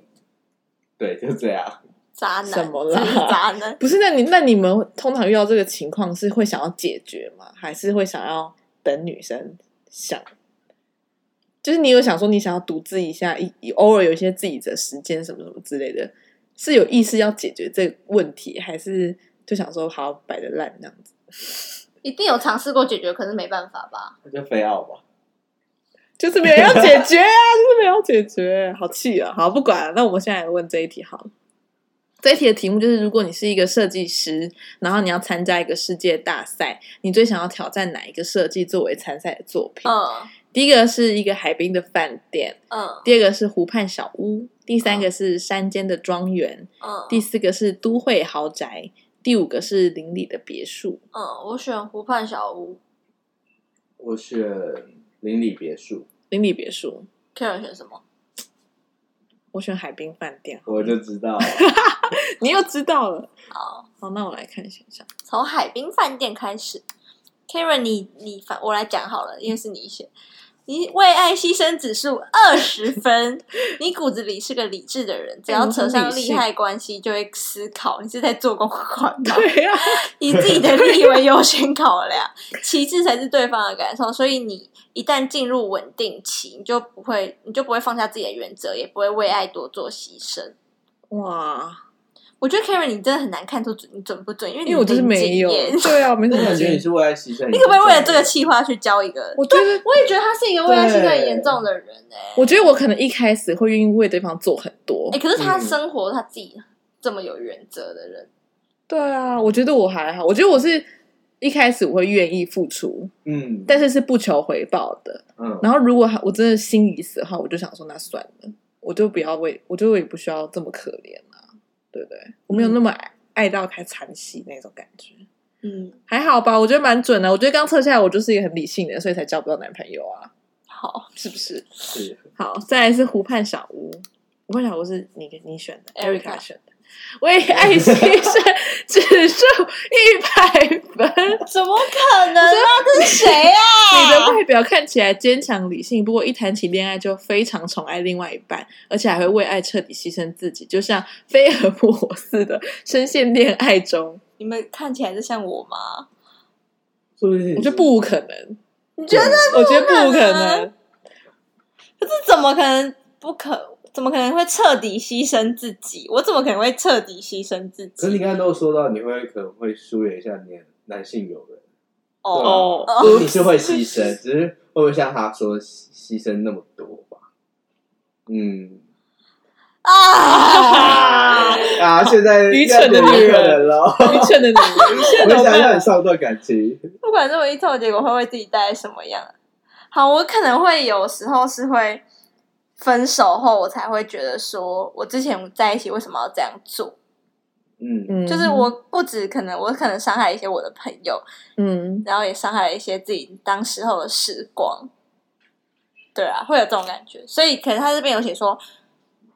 S2: 对，就这样。
S3: 渣男，
S1: 什么啦
S3: 真是渣男，
S1: 不是？那你那你们通常遇到这个情况是会想要解决吗？还是会想要等女生想？就是你有想说你想要独自一下，一一偶尔有一些自己的时间什么什么之类的，是有意识要解决这个问题，还是就想说好摆着烂这样子？
S3: 一定有尝试过解决，可是没办 法吧？
S2: 那就非要吧。
S1: 就是没有要解决啊，就是没有要解决，好气啊！好，不管了、那我们现在来问这一题好了。这一题的题目就是：如果你是一个设计师，然后你要参加一个世界大赛，你最想要挑战哪一个设计作为参赛的作品？
S3: 嗯
S1: 第一个是一个海滨的饭店，
S3: 嗯
S1: 第二个是湖畔小屋，第三个是山间的庄园，
S3: 嗯，
S1: 第四个是都会豪宅，第五个是邻里的别墅。
S3: 嗯，我选湖畔小屋
S2: 我选邻里别墅，
S1: 邻里别墅，
S3: ，Karen 选什么？
S1: 我选海滨饭店。
S2: 我就知道
S1: 你又知道了。
S3: 好，
S1: 好，那我来看选项。
S3: 从海滨饭店开始，Karen，你你反我来讲好了，因为是你选。你为爱牺牲指数二十分，你骨子里是个理智的人，只要扯上利害关系就会思考，你是在做公款 吗？
S1: 对啊呀、
S3: 以自己的利益为优先考量，其次才是对方的感受。所以你一旦进入稳定期，你就不会，你就不会放下自己的原则，也不会为爱多做牺牲。
S1: 哇，
S3: 我觉得 Karen，你真的很难看出准你准不准，因为你
S1: 因为我就是
S3: 零
S1: 没
S3: 经
S1: 有
S3: 验，
S1: 对啊，没什
S2: 我
S1: 么
S2: 感觉
S1: 经
S2: 你
S1: 验。
S2: 是为爱牺牲。
S3: 你可不可以为了这个？企划去交一个？
S1: 我觉得，
S3: 我也觉得他是一个为爱牺牲很严重的人哎、
S1: 我觉得我可能一开始会愿意为对方做很多
S3: 哎、。可是他
S2: 嗯
S3: 生活他自己这么有原则的人，
S1: 对啊，我觉得我还好，我觉得我是一开始我会愿意付出，
S2: 嗯
S1: 但是是不求回报的。
S2: 嗯，
S1: 然后如果我真的心已死的话，我就想说那算了，我就不要为，我就也不需要这么可怜啊，对不对？我没
S2: 嗯
S1: 有那么爱爱到太残惜那种感觉。
S3: 嗯，
S1: 还好吧，我觉得蛮准的。我觉得刚测下来，我就是一个很理性的人，所以才交不到男朋友啊，
S3: 好
S1: 是不是？
S2: 是
S1: 好，再来是湖畔小屋。湖畔小屋是你你选的
S3: Erica
S1: 选的。为爱牺 牲指数一百分，
S3: 怎么可能 啊？这是谁啊？
S1: 你的外表看起来坚强理性，不过一谈起恋爱就非常宠爱另外一半，而且还会为爱彻底牺牲自己，就像飞蛾扑火似的深陷恋爱中。
S3: 你们看起来是像我吗？
S2: 说不定呃
S1: 我觉得不可能，
S3: 你觉得？
S1: 我觉得不可
S3: 可
S1: 能
S3: 能。怎么可能不可？怎么可能会彻底牺牲自己？我怎么可能会彻底牺牲自
S2: 可是你
S3: 己？
S2: 刚才都说到，你会可能会疏远一下你的男性友人，
S3: 哦，
S1: 哦
S2: 对吧就是你是会牺牲，只是会不会像他说牺牺牲那么多吧？嗯，
S3: 啊！
S2: 啊，现在
S1: 愚蠢的
S2: 要变
S1: 女人
S2: 愚蠢人了。
S1: 愚蠢的你，你现在
S2: 我
S1: 怎么
S2: 想让
S1: 办
S2: 你？上段感情，
S3: 不管这么一套结果会为自己带来什么样啊，好，我可能会有时候是会分手后，我才会觉得说，我之前在一起为什么要这样做？
S2: 嗯，
S1: 嗯
S3: 就是我，不止可能我可能伤害了一些我的朋友，
S1: 嗯，
S3: 然后也伤害了一些自己当时候的时光。对啊，会有这种感觉，所以可能他这边有写说，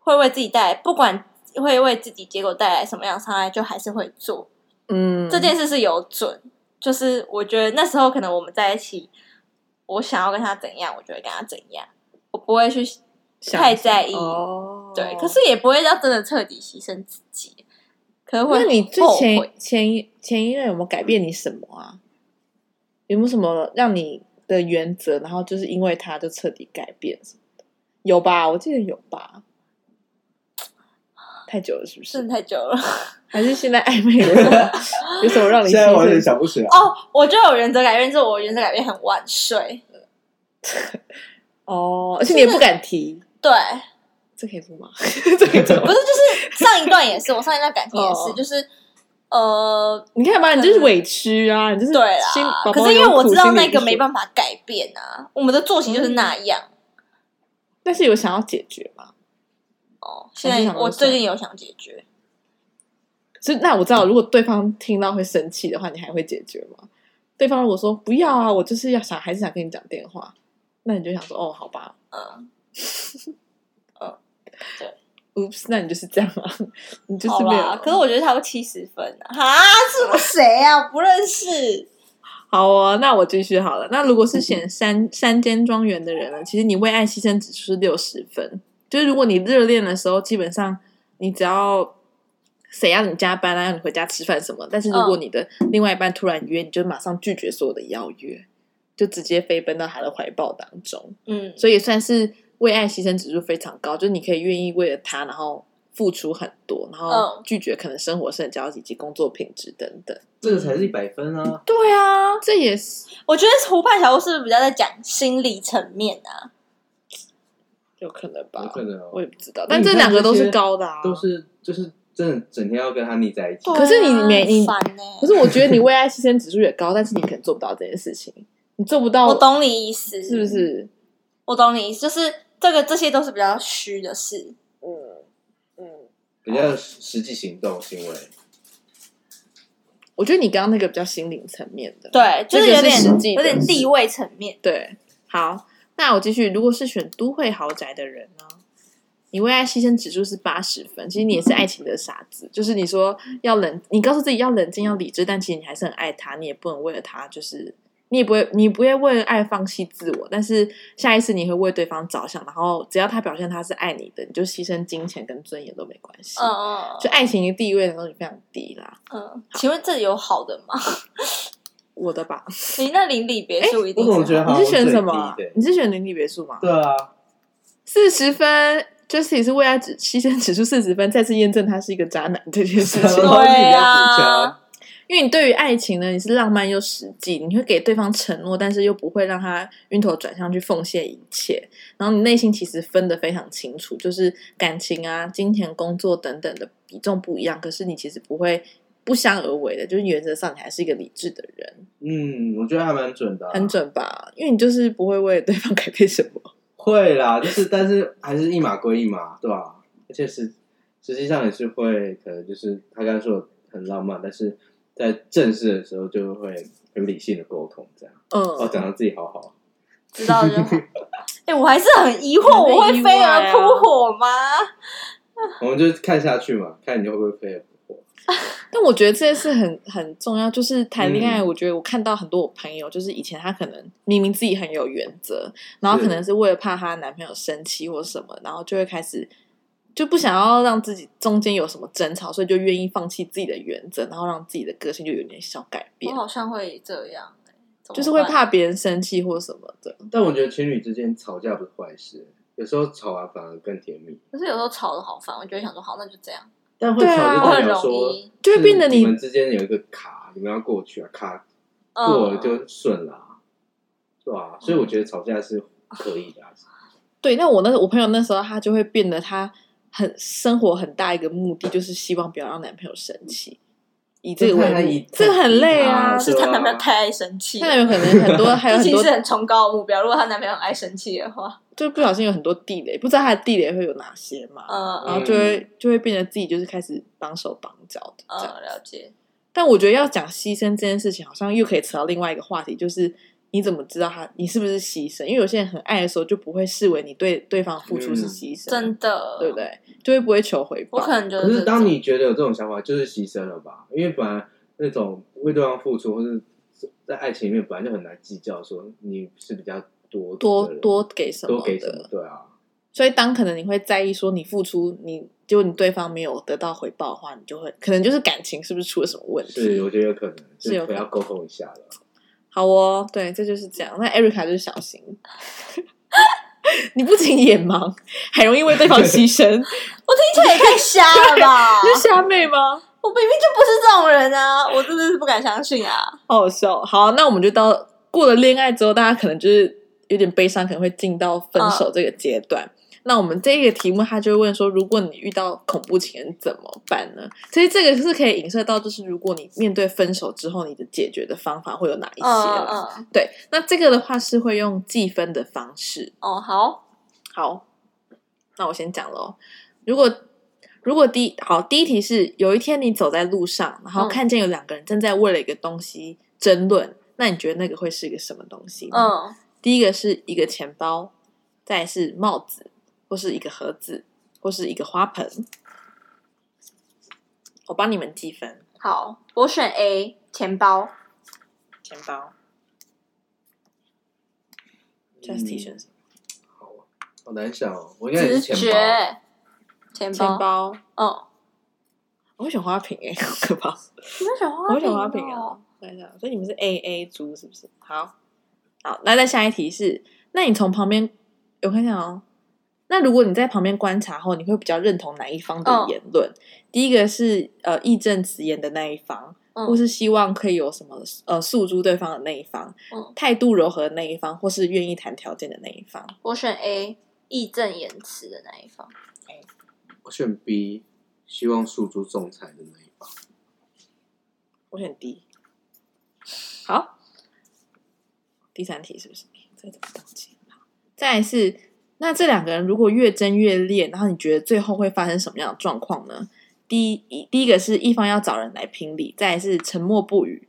S3: 会为自己带来，不管会为自己结果带来什么样的伤害，就还是会做。
S1: 嗯，
S3: 这件事是有准，就是我觉得那时候可能我们在一起，我想要跟他怎样，我就会跟他怎样，我不会去
S1: 想
S3: 太在意，
S1: 哦，
S3: 对，可是也不会要真的彻底牺牲自己，可能会
S1: 那你之
S3: 后悔
S1: 前前一前一任有没有改变你什么啊？有没有什么让你的原则，然后就是因为他就彻底改变什么的？有吧？我记得有吧？太久了是不是？
S3: 真的太久了
S1: 还是现在暧昧 了？有什么让你
S2: 现在完全
S1: 牺牲
S2: 想不起来。
S3: 哦，我就有原则改变，就是我原则改变很晚睡，
S1: 哦，而且你也不敢提，
S3: 对，
S1: 这可以说吗？ 这可以说
S3: 不
S1: 吗
S3: 是就是上一段也是，我上一段感情也是，
S1: 哦
S3: 就是呃，
S1: 你看吧，你就是委屈啊，你就是
S3: 对啦
S1: 心。宝宝
S3: 可是因为我知道
S1: 有苦
S3: 那个
S1: 心
S3: 没
S1: 里不舒服
S3: 办法改变啊，我们的作息就是那
S1: 嗯
S3: 样。
S1: 但是有想要解决嘛？
S3: 哦，现
S1: 还是
S3: 在
S1: 想
S3: 我
S1: 分手
S3: 最近有想解决，
S1: 所以那我知
S3: 嗯
S1: 道，如果对方听到会生气的话，你还会解决吗？对方如果说不要啊，我就是要想还是想跟你讲电话，那你就想说哦，好吧， 嗯
S3: 嗯，
S1: oops，那你就是这样啊，你就是
S3: 好
S1: 没
S3: 啦
S1: 有。。
S3: 可是我觉得差不多七十分啊，哈，是我谁啊？我不认识。嗯
S1: 好哦，那我继续好了。那如果是选山山间庄园的人呢？其实你为爱牺牲指数是六十分，就是如果你热恋的时候，基本上你只要谁要你加班啊，让你回家吃饭什么，但是如果
S3: 嗯
S1: 你的另外一半突然约，你就马上拒绝所有的邀约，就直接飞奔到他的怀抱当中，
S3: 嗯，
S1: 所以也算是为爱牺牲指数非常高，就是你可以愿意为了他，然后付出很多，然后
S3: 嗯
S1: 拒绝可能生活社交以及工作品质等等。
S2: 这个才是一百分啊！
S3: 对啊，
S1: 这也是
S3: 我觉得湖畔小屋是不是比较在讲心理层面啊？
S1: 有可能吧？
S2: 有可能哦
S1: 我也不知道，
S2: 那
S1: 嗯但
S2: 你
S1: 这
S2: 看
S1: 两个
S2: 这
S1: 都
S2: 些
S1: 是高的啊。
S2: 都是就是真的整天要跟他腻在一起
S3: 对，啊
S1: 可是你每你
S3: 很烦呢、
S1: 可是我觉得你为爱牺牲指数也高，但是你可能做不到这件事情，你做不到，
S3: 我懂你意思，
S1: 是不？是？
S3: 我懂你意思，就是这个这些都是比较虚的事。
S1: 嗯嗯，
S2: 比较实际行动行为。
S1: 我觉得你刚刚那个比较心灵层面的，
S3: 对，就
S1: 嗯这个
S3: 有
S1: 是
S3: 点
S1: 实际的
S3: 有点地位层面。
S1: 对。好，那我继续。如果是选都会豪宅的人呢？你为爱牺牲指数是八十分，其实你也是爱情的傻子，就是你说要冷，你告诉自己要冷静、要理智，但其实你还是很爱他，你也不能为了他，就是你也不会，你不会为了爱放弃自我，但是下一次你会为对方着想，然后只要他表现他是爱你的，你就牺牲金钱跟尊严都没关系。
S3: 嗯嗯
S1: 就爱情的地位的东西非常低啦，
S3: 嗯，请问这里有好的吗？
S1: 我的吧？
S3: 你那邻里别墅一定
S2: 我
S3: 是好
S2: 总
S3: 的
S2: 觉得好像
S1: 你是选什么啊
S2: 最低？的
S1: 你是选邻里别墅吗？
S2: 对啊，
S1: 四十分，Justin 是为爱指牺牲指数四十分，再次验证他是一个渣男这件 事情。
S3: 对啊
S2: 啊，
S1: 因为你对于爱情呢，你是浪漫又实际，你会给对方承诺，但是又不会让他晕头转向去奉献一切。然后你内心其实分得非常清楚，就是感情啊、金钱、工作等等的比重不一样，可是你其实不会不相而为的，就是原则上你还是一个理智的人，
S2: 嗯，我觉得还蛮准的啊，
S1: 很准吧？因为你就是不会为对方改变什么。
S2: 会啦，就是但是还是一码归一码，对吧、而且实实际上也是会，可能就是他刚才说的很浪漫，但是在正式的时候就会很理性的沟通，这样。
S1: 嗯，
S2: 哦，讲到自己好好，
S3: 知道就 好。哎、我还是很疑惑，哎
S1: 很
S3: 我会
S1: 意
S3: 飞
S1: 外
S3: 蛾
S1: 啊
S3: 扑火吗？
S2: 我们就看下去嘛，看你会不会飞得不火。
S1: 但我觉得这件事很 很重要，就是谈恋爱。
S2: 嗯
S1: 我觉得我看到很多我朋友，就是以前她可能明明自己很有原则，然后
S2: 是
S1: 可能是为了怕她男朋友生气或什么，然后就会开始就不想要让自己中间有什么争吵，所以就愿意放弃自己的原则，然后让自己的个性就有点小改变
S3: 我，好像会这样、欸，怎么
S1: 就是会
S3: 办。
S1: 怕别人生气或什么的。
S2: 但我觉得情侣之间吵架不是坏事，有时候吵啊完反而更甜蜜。
S3: 可是有时候吵得好烦，我就会想说，好，那就这样。
S2: 但会
S1: 对
S2: 吵
S1: 啊
S2: 就
S3: 我
S2: 代
S3: 很
S2: 表
S3: 容
S2: 说，
S3: 易，
S1: 就会变得
S2: 你
S1: 你
S2: 们之间有一个卡，你们要过去啊，卡过了
S3: 嗯，
S2: 就顺了啊、对吧、所以我觉得吵架是可以的啊、
S1: 对，那我那我朋友那时候他就会变得他很生活很大一个目的，就是希望不要让男朋友生气，以这
S2: 这
S1: 个
S2: 太
S1: 为
S2: 太
S1: 目
S2: 以
S1: 的，这个很累啊
S2: 太。
S3: 是她男朋友太生气
S1: 她
S3: 了，
S1: 男朋友可能很 多，还有很
S3: 这其实
S1: 多
S3: 是很崇高的目标。如果她男朋友很爱生气的话，
S1: 就不小心有很多地雷，不知道他的地雷会有哪些嘛，
S3: 嗯
S1: 然后就会就会变得自己就是开始绑手绑脚的这样。
S3: 嗯，了解。
S1: 但我觉得要讲牺牲这件事情，好像又可以扯到另外一个话题，就是你怎么知道他你是不是牺牲？因为有些人很爱的时候，就不会视为你对对方付出是牺牲，
S3: 嗯真的，
S1: 对不？对？就会不会求回报。
S3: 我可能觉得
S2: 可是当
S3: 这
S2: 你觉得有这种想法，就是牺牲了吧？因为本来那种为对方付出，或是在爱情里面本来就很难计较，说你是比较多的
S1: 多
S2: 人
S1: 多给什么
S2: 多给什么
S1: 的，，
S2: 对啊，
S1: 所以当可能你会在意说你付出，你就你对方没有得到回报的话，你就会可能就是感情是不是出了什么问
S2: 是
S1: 题？
S2: 我觉得有可能，
S1: 是有
S2: 就
S1: 可
S2: 可
S1: 能
S2: 能要沟通一下了。
S1: 好哦，对，这就是这样。那 Erica 就是小心， 你不仅眼盲，还容易为对方牺 牲，
S3: 我听起来也太瞎了 吧！
S1: 你是瞎妹吗？
S3: 我明明就不是这种人啊，我真的是不敢相信啊！
S1: 好好笑。好，那我们就到过了恋爱之后，大家可能就是有点悲伤，可能会进到分
S3: 嗯
S1: 手这个阶段。那我们这个题目，他就会问说：如果你遇到恐怖情人怎么办呢？其实这个是可以影射到，就是如果你面对分手之后，你的解决的方法会有哪一些啦？
S3: 嗯嗯，
S1: 对，那这个的话是会用计分的方式。
S3: 哦好，
S1: 好，那我先讲喽。如果如果第好第一题是有一天你走在路上，然后
S3: 嗯
S1: 看见有两个人正在为了一个东西争论，那你觉得那个会是一个什么东西？，
S3: 嗯
S1: 第一个是一个钱包，再来是帽子，或是一个盒子，或是一个花盆。我帮你们计分，
S3: 好，我选 A 钱包，
S1: 钱包。Justy
S3: 嗯
S1: 选什么？
S2: 好难想哦，嗯我应该也
S3: 直
S2: 是钱包，
S3: 觉，钱
S1: 钱包。
S3: 嗯，
S1: 我会选花瓶诶、好可怕。
S3: 你哦们选花
S1: 我
S3: 瓶、
S1: 会选花瓶啊！，等一下，所以你们是 A A 猪是不是？好，好，那再下一题是，那你从旁边，我看一下哦。那如果你在旁边观察后，你会比较认同哪一方的
S3: 嗯
S1: 言论？第一个是呃义正辞严的那一方，或
S3: 嗯
S1: 是希望可以有什么呃诉诸对方的那一方，
S3: 嗯，
S1: 态度柔和的那一方，或是愿意谈条件的那一方。
S3: 我选 A 义正言辞的那一方。
S2: 我选 B，希望诉诸仲裁的那一方。
S1: 我选 D。好，第三题是不是？这怎么忘记？好再来是，那这两个人如果越争越烈，然后你觉得最后会发生什么样的状况呢？第一，第一个是一方要找人来评理，再来是沉默不语。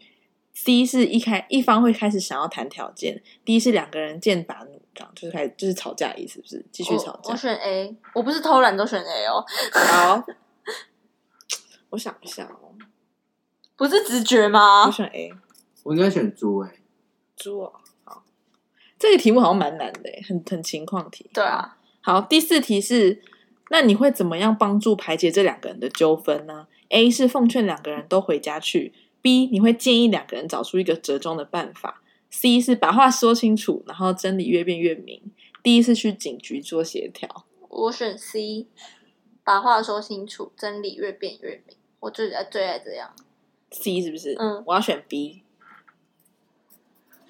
S1: C 是一开一方会开始想要谈条件，D 是两个人剑拔弩张，就是开始就是吵架的意思，是不是？继续吵
S3: 我
S1: 架
S3: 哦我。选 A，我不是偷懒都选 A 哦，
S1: 好，我想一下哦，
S3: 不是直觉吗
S1: 我？选 A。
S2: 我应该选猪哎、
S1: 猪哦，好，这个题目好像蛮难的耶，很很情况题。
S3: 对，啊，
S1: 好，第四题是，那你会怎么样帮助排解这两个人的纠纷呢？A 是奉劝两个人都回家去，B 你会建议两个人找出一个折中的办法，C 是把话说清楚，然后真理越辩越明，D 是去警局做协调。
S3: 我选 C，把话说清楚，真理越辩越明。我最爱最爱这样，
S1: C 是不是？
S3: 嗯
S1: 我要选 B。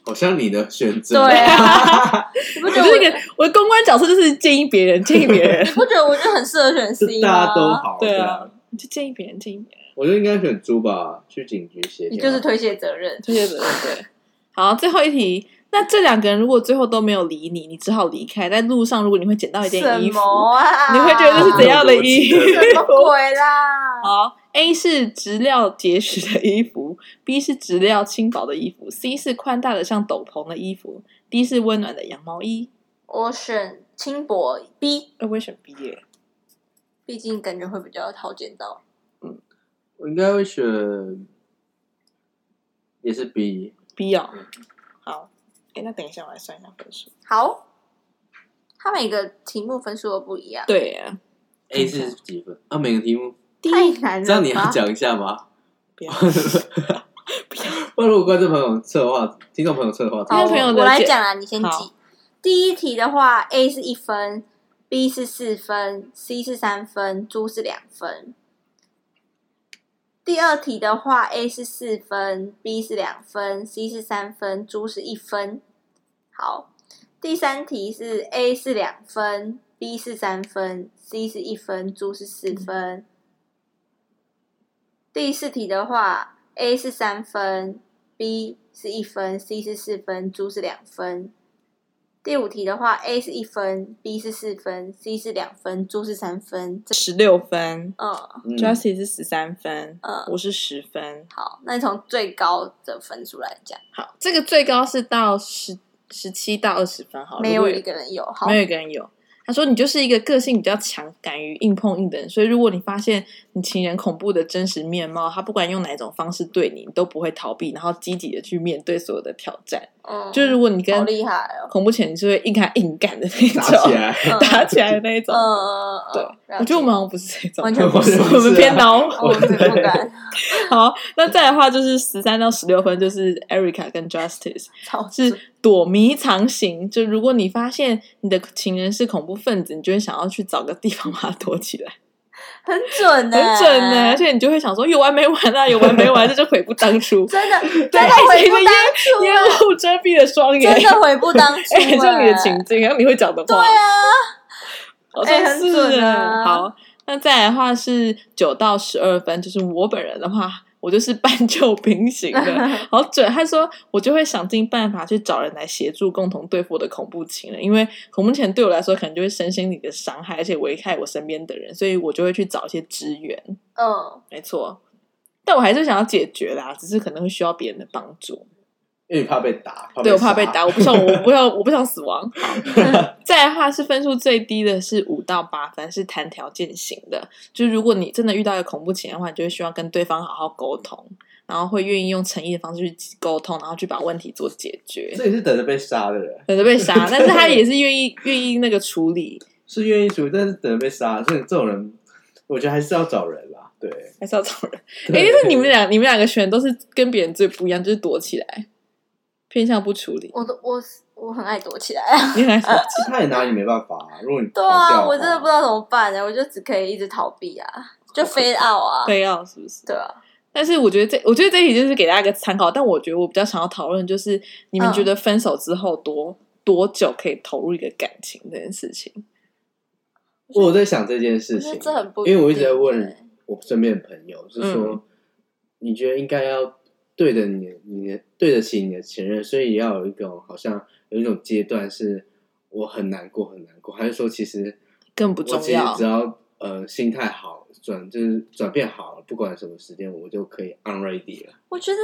S2: 好像你的选择。
S3: 对 啊你不
S1: 我
S3: 觉
S1: 就是一
S3: 得
S1: 个我的公关角色，就是建议别人，建议别人
S3: 我，，不觉得我就很适合选
S2: 是
S3: C
S2: 大家都
S3: 吗？
S2: 好。
S1: 对
S2: 对
S1: 啊，，你就建议别人，建议别人。
S2: 我就应该选猪吧，去警局协调。
S3: 你就是推卸责任，
S1: 推卸责任对。好，最后一题。那这两个人如果最后都没有理你，你只好离开。在路上，如果你会捡到一件
S3: 什
S1: 衣服，
S3: 么啊？
S1: 你会觉得这是怎样的衣
S2: 什
S3: 什么
S1: 服？
S3: 鬼 啦？
S1: 好，A 是质料结实的衣服，B 是质料轻薄的衣服，C 是宽大的像斗篷的衣服，D 是温暖的羊毛衣。
S3: 我选轻薄 B，
S1: 呃我会选 B 耶，
S3: 毕竟感觉会比较好剪刀。
S2: 我应该会选，也是 B。
S1: b 哦。好，哎，那等一下我来算一下分数。
S3: 好，它每个题目分数都不一样，
S1: 对啊呀、
S2: A 是几分？啊，每个题目，
S3: 太难了吧。
S2: 这样你要讲一下吗？
S1: 不 要
S2: 不然如果观众朋友测的话，听众朋友测的话，
S1: 听
S3: 好，
S1: 众朋友的
S3: 我来
S1: 解
S3: 讲啊，你先
S1: 好
S3: 记。第一题的话，A 是一分，B 是四分，C 是三分，猪是两分。第二题的话，A 是四分，B 是两分，C 是三分，猪是一分。好，第三题是 A 是两分，B 是三分 C 是一分，猪是
S1: 嗯
S3: 四分。第四题的话，A 是三分，B 是一分，C 是四分，猪是两分。第五题的话，A 是一分，B 是四分，C 是两分，猪是三分。这
S1: 十六分
S3: 嗯
S2: 嗯
S1: ，Justin 是十三分，
S3: 嗯，
S1: 我是十分。
S3: 好，那你从最高的分数来讲，
S1: 好，这个最高是到十十七到二十分，好，
S3: 没
S1: 如
S3: 有
S1: 果
S3: 一个人有。好
S1: 没，有一个人有。他说：“你就是一个个性比较强、敢于硬碰硬的人，所以如果你发现你情人恐怖的真实面貌，他不管用哪种方式对你，你都不会逃避，然后积极的去面对所有的挑战。
S3: 嗯，
S1: 就是如果你跟
S3: 好厉害 哦，
S1: 恐怖前，你是会硬跟他硬干的那一
S2: 打起
S1: 种，
S2: 来，
S3: 嗯
S1: 打起来的那一种
S3: 嗯。嗯嗯，
S1: 对
S3: 嗯，
S1: 我觉得我们好像不是这种，
S3: 完全不
S2: 是啊
S1: 我们偏孬。
S3: 我们不敢，
S1: 好，那再来的话就是十三到十六分，就是 Erica 跟 Justice。”
S3: 超
S1: 是躲迷藏型，就如果你发现你的情人是恐怖分子，你就会想要去找个地方把他躲起来，
S3: 很准呢、
S1: 很准呢、 而且你就会想说有完没完啊，有完没完，这就悔不当 初，
S3: 真的真
S1: 对
S3: 的悔不当
S1: 烟
S3: 初
S1: 雾遮蔽了双眼
S3: 啊啊，真，的悔不当 初、
S1: 哎、
S3: 啊，
S1: 很像你的情境，然后你会讲的
S3: 对
S1: 话，
S3: 啊，
S1: 好像
S3: 哎很
S1: 是
S3: 准
S1: 欸
S3: 啊
S1: 好，那再来的话是九到十二分，就是我本人的话，我就是半旧平行 的，好准。他说我就会想尽办法去找人来协助共同对付我的恐怖情人，因为恐怖情人对我来说可能就会身心灵的伤害，而且危害我身边的人，所以我就会去找一些支援。
S3: 嗯，
S1: 没错。但我还是想要解决啦，只是可能会需要别人的帮助。
S2: 因为你怕被打，怕
S1: 对我怕
S2: 杀
S1: 被打，我不想，我不要，我不想死亡。好， 再来的话是分数最低的是五到八分，是谈条件型的。就是如果你真的遇到一个恐怖情人的话，你就会希望跟对方好好沟通，然后会愿意用诚意的方式去沟通，然后去把问题做解决。
S2: 这也是等着被杀的人，
S1: 等着被杀，但是他也是愿意愿意那个处理，
S2: 是愿意出，但是等着被杀，所以这种人，我觉得还是要找人啦。对，
S1: 还是要找 人。哎、
S2: 对
S1: 但是你们俩你们两个选都是跟别人最不一样，就是躲起来，偏向不处理。
S3: 我都我我很爱躲起来，
S1: 你 很爱躲
S2: 其实他也拿你没办法啊。如果你
S3: 对
S2: 跑掉哦
S3: 啊，
S2: 的
S3: 我真的
S2: 话
S3: 不知道怎么办欸呢、我就只可以一直逃避啊，
S2: 哦
S3: 就飞奥 啊，
S1: 非要是不是？
S3: 对啊，
S1: 但是我觉得这，我觉得这一题就是给大家一个参考。但我觉得我比较想要讨论，就是你们
S3: 嗯
S1: 觉得分手之后多、多久可以投入一个感情这件事情？
S2: 我有在想这件
S3: 我
S2: 事
S3: 觉得
S2: 情，
S3: 这很不，欸
S2: 因为我一直在问，我身边的朋友，是说、
S1: 嗯
S2: 你觉得应该要对着你你的对得起你的前任，所以也要有一种好像有一种阶段是我很难过很难过，还是说其实
S1: 更不
S2: 我
S1: 重
S2: 其实
S1: 要
S2: 只。要呃心态好转就是转变好了，不管什么时间我就可以 on ready 了。
S3: 我觉得。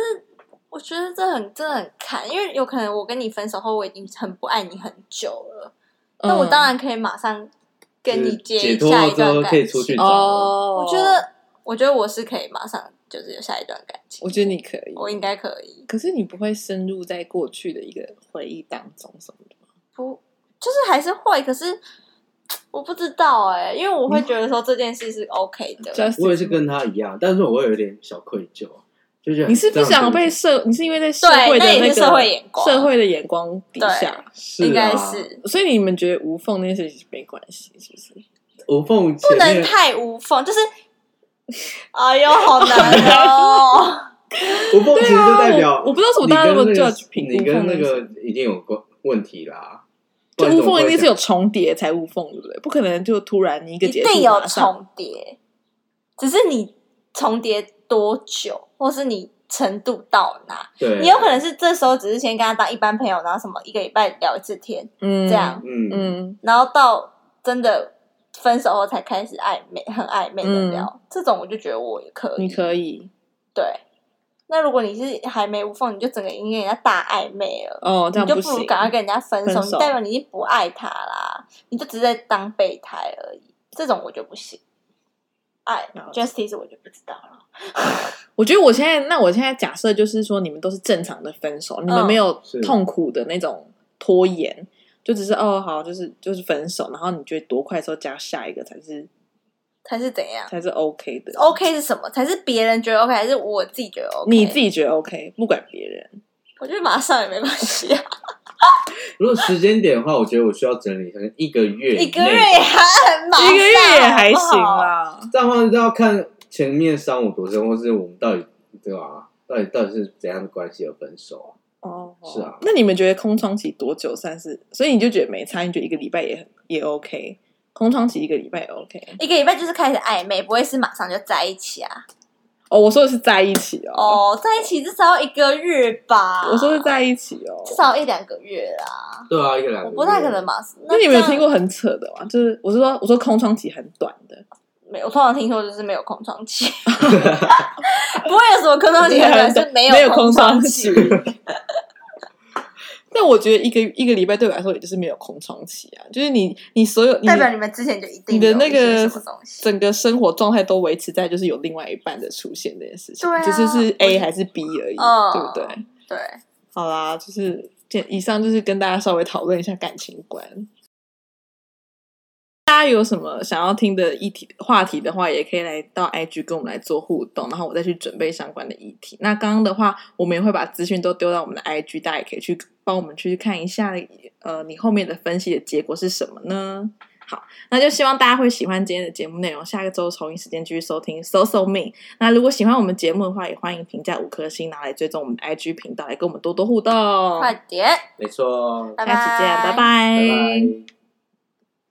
S3: 我觉得这很真的很看，因为有可能我跟你分手后，我已经很不爱你很久了。
S1: 嗯
S3: 那我当然可以马上跟
S2: 就
S3: 你
S2: 是
S3: 接
S2: 嗯解脱
S3: 下一
S2: 之
S3: 段
S2: 后
S3: 感
S2: 可以出
S3: 情
S1: 嗯
S2: 去。
S1: 哦，
S3: 我觉得，我觉得我是可以马上就是有下一段感情。
S1: 我觉得你可以，
S3: 我应该可以，
S1: 可是你不会深入在过去的一个回忆当中什么的吗。
S3: 不就是还是会，可是我不知道哎、因为我会觉得说这件事是 OK 的。
S1: Justin，
S2: 呃我也是跟他一样，但是我会有点小愧疚，就是
S1: 你是不想被
S2: 是
S1: 社，你是因为在社
S3: 对
S1: 会的
S3: 那也是
S1: 个
S3: 社会眼光
S1: 社会的眼光底下，
S2: 啊
S3: 应该是
S1: 所以你们觉得无缝那件事情没关系，是不是？
S2: 无缝
S3: 不
S2: 前
S3: 能
S2: 面
S3: 太无 缝，就是。哎呦，好难哦！
S2: 无缝其实就
S1: 对
S2: 代
S1: 啊
S2: 表
S1: 我我不知道为什么大家那么
S2: 你跟那个
S1: judge 评
S2: 你跟那
S1: 无缝
S2: 个一定有关问题啦。
S1: 就无缝一定是
S2: 有，
S1: 有重叠才无缝，对不对？不可能就突然 你一个
S3: 一
S1: 结束
S3: 定有
S1: 马上
S3: 重叠，只是你重叠多久，或是你程度到哪，
S1: 嗯
S2: 对，
S3: 你有可能是这时候只是先跟他当一般朋友，然后什么一个礼拜聊一次天，
S1: 嗯
S3: 这样，
S2: 嗯嗯，
S1: 嗯，
S3: 然后到真的分手后才开始暧昧，很暧昧的聊，这种我就觉得我也可以。
S1: 嗯你可以
S3: 对，那如果你是还没无缝，你就整个已经跟人家大暧昧了，
S1: 哦，这样
S3: 你就不
S1: 行
S3: 如，赶快跟人家分手，
S1: 分手
S3: 你代表你已经不爱他啦，你就只是在当备胎而已。这种我就不行。爱
S1: 了
S3: justice 我就不知道了，
S1: 我觉得我现在，那我现在假设就是说，你们都是正常的分手，你
S3: 嗯
S1: 们没有
S2: 是
S1: 痛苦的那种拖延，就只是哦好，就是就是分手，然后你觉得多快的时候加下一个才是
S3: 才是怎样
S1: 才是 OK 的。
S3: ？OK 是什么？才是别人觉得 OK，还是我自己觉得 OK？
S1: 你自己觉得 OK，不管别人，
S3: 我觉得马上也没关系啊，
S2: 如果时间点的话，我觉得我需要整理，可能一个月
S3: 一个月
S2: 内
S3: 也还马上，
S1: 一个月也还
S3: 好
S1: 行啊
S3: 不好
S1: 啦。
S2: 这样的话就要看前面伤我多深，或是我们到底对吧、到底到底是怎样的关系而分手啊？
S1: 哦，
S2: 是啊
S1: 那你们觉得空窗期多久算是？所以你就觉得没差，你觉得一个礼拜也很也 OK，空窗期一个礼拜 OK。
S3: 一个礼拜就是开始暧昧，不会是马上就在一起啊？
S1: 哦，我说的是在一起哦，
S3: 哦，在一起至少要一个月吧。
S1: 我说是在一起哦。
S3: 至少一两个月啦，
S2: 对啊，一个两个
S3: 我
S2: 月
S3: 不太可能马上。
S1: 那你们有
S3: 这样
S1: 听？过很扯的吗？就是我是说，我说空窗期很短的，
S3: 没有，我通常听说就是没有空窗期， 不会有什么空窗期，可能哦是没
S1: 啊没有
S3: 空
S1: 空窗
S3: 期
S1: 期。 但我觉得一个一个礼拜对我来说也就是没有空窗期啊，就是你你所有你
S3: 代表你们之前就一定
S1: 你的
S3: 有一
S1: 那个
S3: 些什么东西。
S1: 整个生活状态都维持在就是有另外一半的出现这件事情，
S3: 对啊
S1: 只是是 A 还是 B 而已，
S3: 嗯
S1: 对不对？
S3: 对，
S1: 好啦，就是这以上就是跟大家稍微讨论一下感情观。大家有什么想要听的议题话题的话，也可以来到 IG 跟我们来做互动，然后我再去准备相关的议题。那刚刚的话，我们也会把资讯都丢到我们的 IG，大家也可以去帮我们去看一下，呃，你后面的分析的结果是什么呢？好，那就希望大家会喜欢今天的节目内容。下个周同一时间继续收听《So So Me》。那如果喜欢我们节目的话，也欢迎评价五颗星，拿来追踪我们的 IG 频道，来跟我们多多互动。
S3: 快点，
S2: 没错，
S3: 拜
S1: 下期见，拜
S3: 拜
S2: 拜拜。